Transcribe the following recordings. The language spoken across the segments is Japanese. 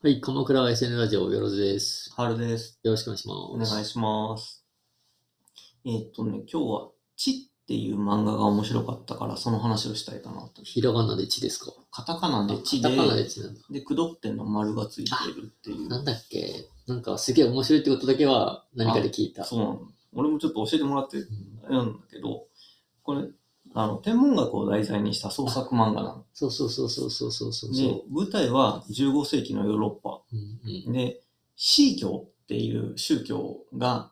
はい、鎌倉 SN ラジオ、よろずです。はるです。よろしくお願いしおます。願いします。えーっとね、今日は、ちっていう漫画が面白かったから、その話をしたいかなと。ひらがなでちですかカタカナでちカでタ、カナでちなんだ。で、くどってんの丸がついてるっていなんう。だっけなんかすげえ面白いってことだけは何かで聞いた。そうなの。俺もちょっと教えてもらってうんなんだけど、これ、あの、天文学を題材にした創作漫画なの。そうそうそうそうそうそうそう。で、舞台は15世紀のヨーロッパ。うんうんで、シー教っていう宗教が、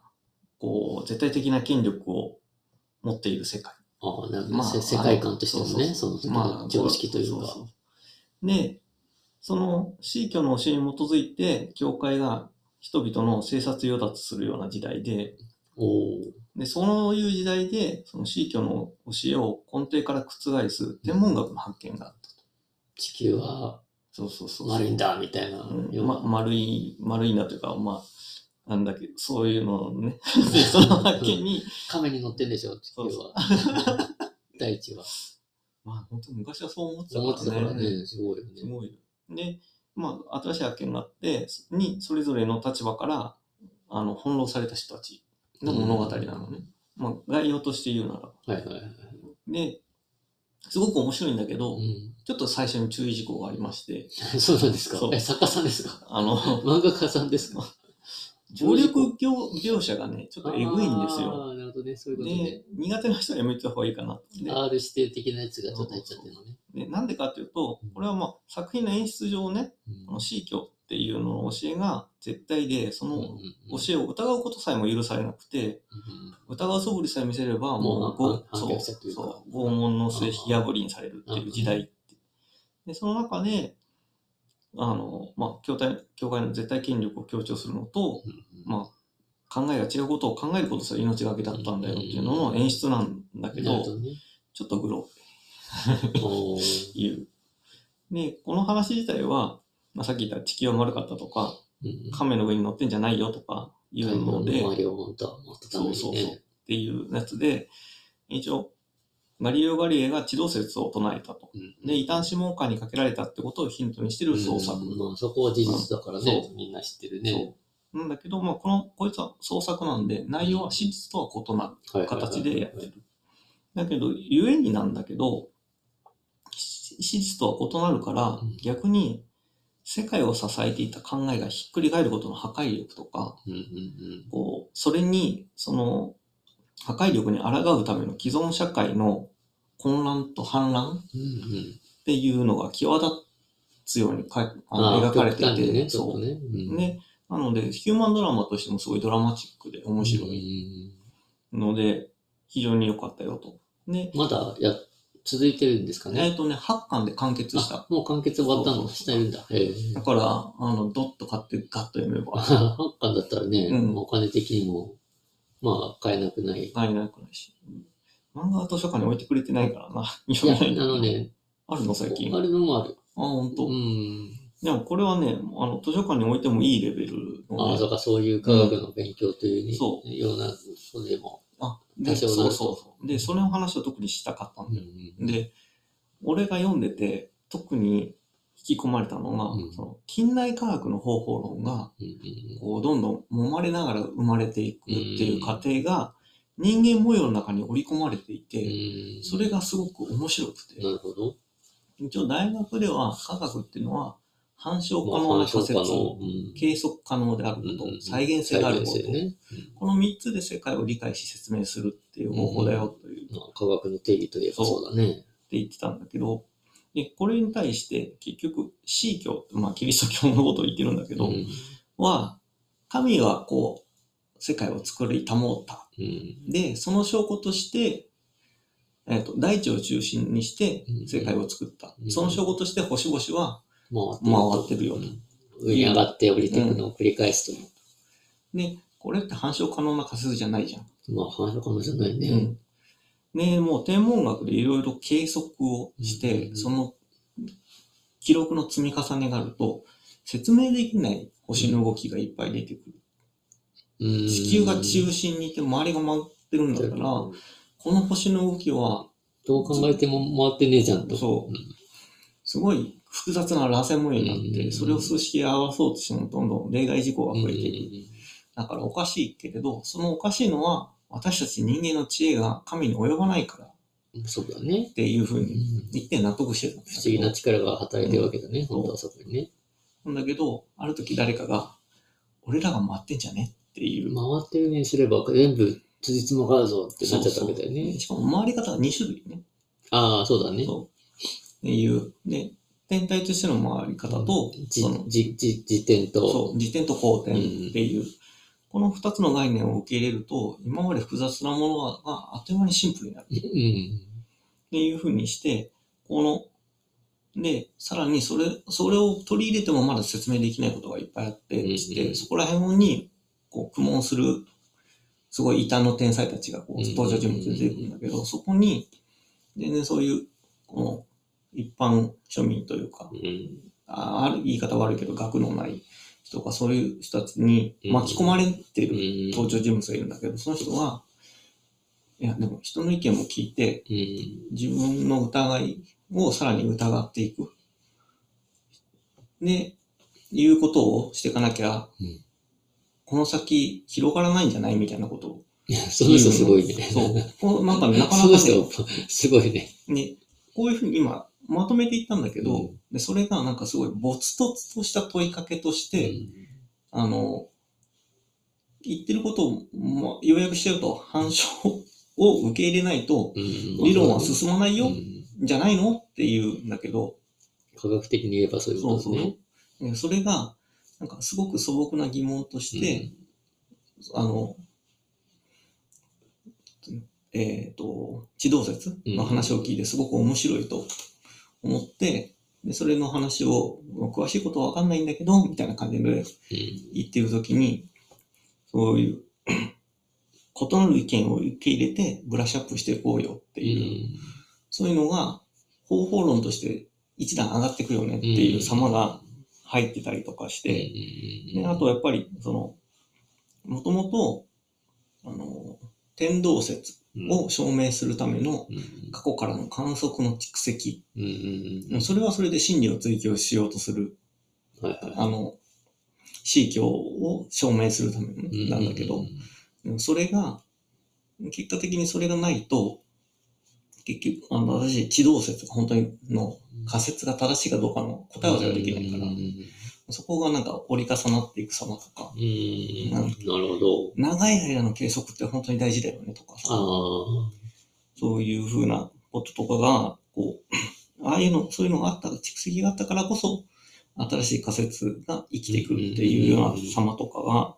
こう、絶対的な権力を持っている世界。ああ、なんかせ世界観としてもね、そそうのそうそ時うの常識というまあか。そうそうで、その宗教の教えに基づいて、教会が人々の生殺与奪するような時代で、おーで、そういう時代で、その宗教の教えを根底から覆す天文学の発見があったと。地球はそうそうそうそう。悪いんだ、みたいな。うよん、うま、な丸い、丸いんだというか、まあ、なんだけど、そういうのをね、 でその発見に、亀に乗ってんでしょ、地球そは。 大地は。まあ、本当昔はそう思ってた思ってたかかららね。ね、すごいよすね。ごいよ。で、まあ、新しい発見があって、に、それぞれの立場から、あの、翻弄された人たちの物語なのね。まあ、概要として言うならば。はいはいはい。で、すごく面白いんだけど、うちょっと最初に注意事項がありまして、ん、 そうなんですかそうえ、作家さんですか あの、漫画家さんですか暴力業描写がね、ちょっとえぐいんですよ。ああ、なるほどね、そういうことでね。、苦手な人はやめた方がいいかなと。で R 指定的なやつがちょっと入っちゃってるのね。で、なんでかっていうと、これはまあ、作品の演出上ね、この死教っていうのの教えが絶対で、そうんのうんうん教えを疑うことさえも許されなくて、疑う素振りさえ見せれば、ももううごは、反そう逆者というかそう拷問の末、火破りにされるっていう時代って。で、その中で、あの、まあ、教会、教会の絶対権力を強調するのと、まあ、考えが違うことを考えることすら命がけだったんだよっていうのの演出なんだけなるほど、どね。ちょっとグロおーっていう。で、この話自体は、まあ、さっき言った地球は丸かったとか、うん亀の上に乗ってんじゃないよとかいうので、周りを本当は持ってたのにね。そうそうそうっていうやつで、一応、ガリレオ・ガリレイが地動説を唱えたと。うんで、異端子網化にかけられたってことをヒントにしてる創作。うんまあそこは事実だからねそ、みんな知ってるね。そうなんだけど、まあ、この、こいつは創作なんで、内容は史実とは異なはいるはいはい形でやってる。だけど、ゆえになんだけど、し史実とは異なるからうん、逆に、世界を支えていた考えがひっくり返ることの破壊力とか、うんうんこう、それに、その、破壊力に抗うための既存社会の混乱と反乱っうんうんうんていうのが際立つようにかあのああ描かれて極端いにて、ね、ちょっそとう、ね。うんね。なので、ヒューマンドラマとしてもすごいドラマチックで面白いので、非常に良かったよと。で、うんまだや続いてるんですかえね。っとね、8巻で完結しあた。もう完結終わったんだ。そうそうそうしてるんだ。へえだから、あの、ドッと買ってガッと読めば、ハッカーだったらね、うんお金的にも、まあ、買えなくない。ないなくないし。漫画は図書館に置いてくれてないからな。いや、読めない。あのね、あるの最近。ああ、るのもある。ほんうと。ん。でもこれはね、あの図書館に置いてもいいレベルの、ああ、ね、そうか、そういう科学の勉強という,、ねうんそような、そうでも。あで多少そうなそるうとそう。で、それの話を特にしたかったんうだよ。んで、俺が読んでて、特に引き込まれたのが、うんその近代科学の方法論が、こう、どんどん揉まれながら生まれていくっていう過程が、人間模様の中に織り込まれていて、それが、がすごく面白くて、なるほど。一応大学では科学っていうのは、反証ま可能あな仮説、反射可能うん計測可能であること、うん再現性があるこ再現と、性ね、この3つで世界を理解し説明するっていう方法だよという、まってあ。科学の定義といえばそうだね。言ってたんだけど、でこれに対して結局、C 教、まあ、キリスト教のことを言ってるんだけど、うんは、神がこう、世界を作り保った。うんで、その証拠として、えっ、と、大地を中心にして世界を作った。うんその証拠として星々は、回回ってるよとうん上に上がって降りていくのを繰り返すという。ね、これって反証可能な仮説じゃないじゃん。まあ、反射可能じゃないね。うん、ねもう天文学でいろいろ計測をして、うんその記録の積み重ねがあると、説明できない星の動きがいっぱい出てくる。うん地球が中心にいて周りが真ってるんだから、この星の動きは、どう考えても回ってねえじゃんと。そううんすごい複雑な螺旋模様になっうんて、それを数式で表そうとしてもどんどん例外事項が増えている。だからおかしいけれど、そのおかしいのは、私たち人間の知恵が神に及ばないからっうんそうだね。ていうふううんに言って納得してたんで不す思け議どな力が働いてるわけだね、そう本当はそこにね。なんだけど、ある時誰かが、俺らが回ってんじゃねっていう。回ってるようにすれば全部辻褄が合うぞってなっちゃったわけだよそうそねう。しかも回り方が2種類ね。ああ、そうだね。そう。っていう。で、天体としての回り方と、じその、じじ時点と。そう、自転と後転っていう、この2つの概念を受け入れると、今まで複雑なものがあっという間にシンプルになるっうん。ていうふうにして、この、で、さらにそれ、それを取り入れてもまだ説明できないことがいっぱいあって、うんうんつってそこら辺に、こう、苦悶する、すごい異端の天才たちが、こうんう、うんうん登場人物で出てくるんだけど、そこに、全然そういう、この、一般庶民というか、うん。あある言い方悪いけど、学のない人とか、そういう人たちに巻き込まれてうるん。登場人物がいるんだけど、その人は、いや、でも人の意見も聞いて、うん。自分の疑いをさらに疑っていく。で、いうことをしていかなきゃ、うんこの先広がらないんじゃないみたいなことを。その人すごいね。そう。こうな んかね、なかなそかのね人、すごいね。ね、こういうふうに今、まとめていったんだけど、うんでそれがなんかすごい没ととした問いかけとして、あの、言ってることを、ま、要約してると、反証を受け入れないと、うん理論は進まないむよ、じゃないのっていうんだけど、科学的に言えばそういうことね。ねそれが、なんかすごく素朴な疑問として、あの、えっ、と、地動説の話を聞いてすごく面白いと思って、でそれの話を、詳しいことはわかんないんだけど、みたいな感じでうん言ってるときに、そういう 異なる意見を受け入れてブラッシュアップしていこうよってういう、んそういうのが方法論として一段上がってくよねっていう様が入ってたりとかして、うんであとはやっぱりその、もともと、あの、天動説を証明するためのうん過去からの観測の蓄積、うんうんうんそれはそれで真理を追求しようとするはいはあの、宗教を証明するためいなんだけど、でもそれが、結果的にそれがないと、結局、あの、私、地動説が本当にの仮説が正しいかどうかの答え合わせができないからうんうん、うんそこがなんか折り重なっていく様とか、うんなうるんほど。長い間の計測って本当に大事だよねとかさ、あそういうふうなこととかが、こう、ああいうの、そういうのがあった、蓄積があったからこそ、新しい仮説が生きてくるっていうような様とかが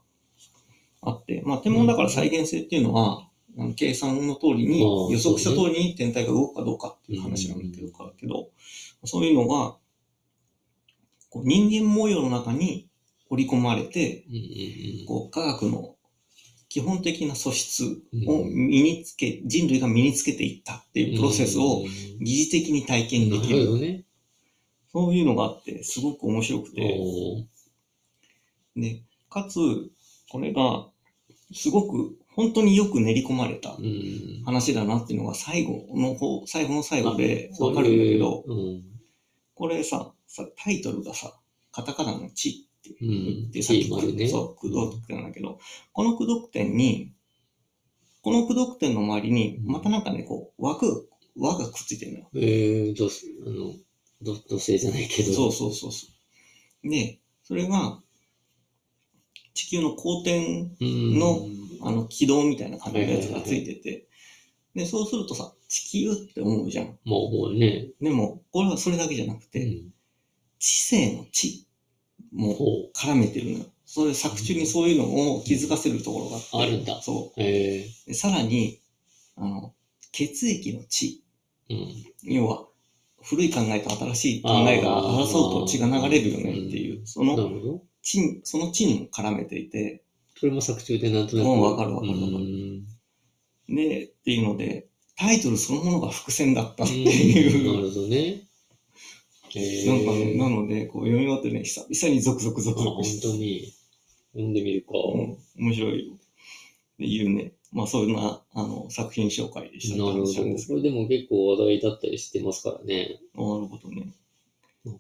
あって、まあ、天文だから再現性っていうのは、あの計算の通りにまあ、予測した通りに天体が動くかどうかっていう話なんだけど、だけどそういうのが、こう人間模様の中に織り込まれて、ーうんうんうんこう科学の基本的な素質を身につけ、人類が身につけていったっていうプロセスを疑似的に体験できなる。ほどね。そういうのがあって、すごく面白くて。おーで、かつ、これが、すごく、本当によく練り込まれたうん話だなっていうのが最後の方、最後の最後でそうわかるんだけど、いうこれさ、さタイトルがさ、カタカナの地ってうんうんで、さっき T 丸ね。そう、駆動点なんだけど、この駆動点に、この駆動点の周りに、またなんかね、こう、枠、輪がくっついてるのよ。えー、どうす、あの、ど、土星じゃないけど。そうそうそうそう。で、それが、地球の公転、うんのあの、軌道みたいな感じのやつがついてて、で、そうするとさ、地球って思うじゃん。もう、もうね。でも、これはそれだけじゃなくうて、ん知性の地もほ絡めてるのよ。そういう作中にそういうのを気づかせるところがあって。あるんだ。そうえう。でさらに、あの、血液の血。ー、うん。要は、古い考えと新しい考えが争うと血が流れるよねっていう、そなるのほど。地に、その地にも絡めていて、それも作中でなんとなく。うんわかるわかるわかるうん で、っていうので、タイトルそのものが伏線だったってうんいな う。るほどね。えー、なんかね、なあ、ので、こう読み終わってね、久々にゾクゾクゾクゾ本クして当に。読んでみるか。うん、面白いよ。っていうね、まあ、そんな、あの、作品紹介でしたってなるほ話ど。なんですけこど。れでも結構話題だったりしてますからね。なるほどね。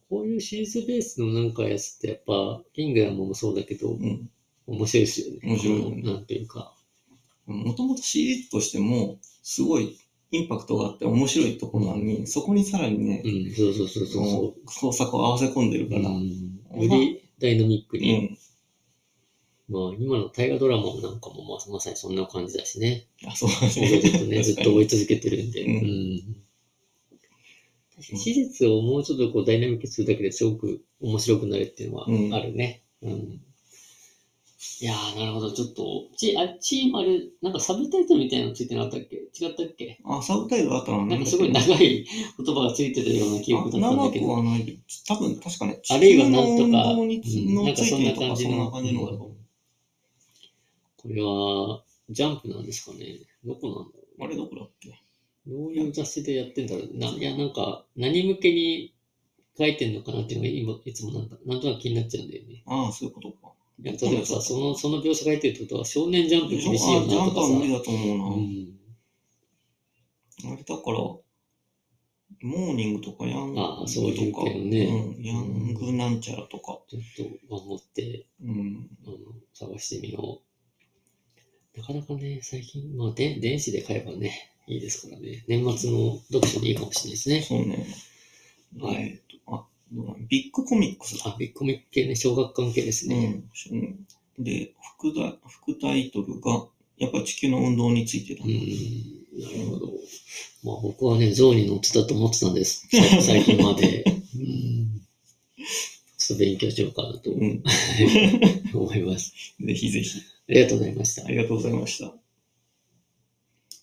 こういうシリーズベースのなんかやつってやっぱ、キングダムもそうだけど、うん。面白いですよね。面白いよねなんていうか。もともとシリーズとしても、すごいインパクトがあって面白いところなのに、そこにさらにねう、ん、そうそうそうそそうのそ創作を合わせ込んでるう。かうら、うん。ん、よりダイナミックに。まあ、今の大河ドラマなんかもまあまさにそんな感じだしね。あ、そうなんですずっとね、 ね。ずっと追い続けてるんで。うんうん確かに史実をもうちょっとこうダイナミックにするだけですごく面白くなるっていうのはうんあるね。うん。いやー、なるほど。ちょっと、チあチームあれ、なんかサブタイトルみたいなのついてなかったっけ違ったっけあ、サブタイトルあったのなんかすごい長い言葉がついてたような記憶だったんだ長けくど。はないけど、多分確かね、あるいはなんと地球かの運動につうんなのんつかそんいなてと感か、じそんなの。感じのだとう思んこれは、ジャンプなんですかねどこなんだろうう。あれどこだっけどういう雑誌でやってんだろうな、いや、なんか、何向けに書いてんのかなっていうのが今、いつもなんか、なんとなく気になっちゃうんだよね。ああ、そういうことか。いや例えばさ、その、その描写書いてるってことは、少年ジャンプジャ厳しいよンプなとかはさ。無理だと思ううな。ん。あれだから、モーニングとかヤングああそういうとか、系のねうんヤングなんちゃらとか、ちょっと、守って、うん、あの、探してみよう。なかなかね、最近、まあ、で電子で買えばね、いいですからね。年末の読書にいいかもしれないですね。そうね。はいえーとあどうなんビッグコミックスだ。あ、ビッグコミック系ね、小学館系ですうね。んで副だ、副タイトルが、やっぱ地球の運動についてだうん、。なるほど。まあ、僕はね、象に乗ってたと思ってたんです。最近まで。うんちょっと勉強しようかなとうん、思います。ぜひぜひ。ありがとうございましたあ。りがとうございました。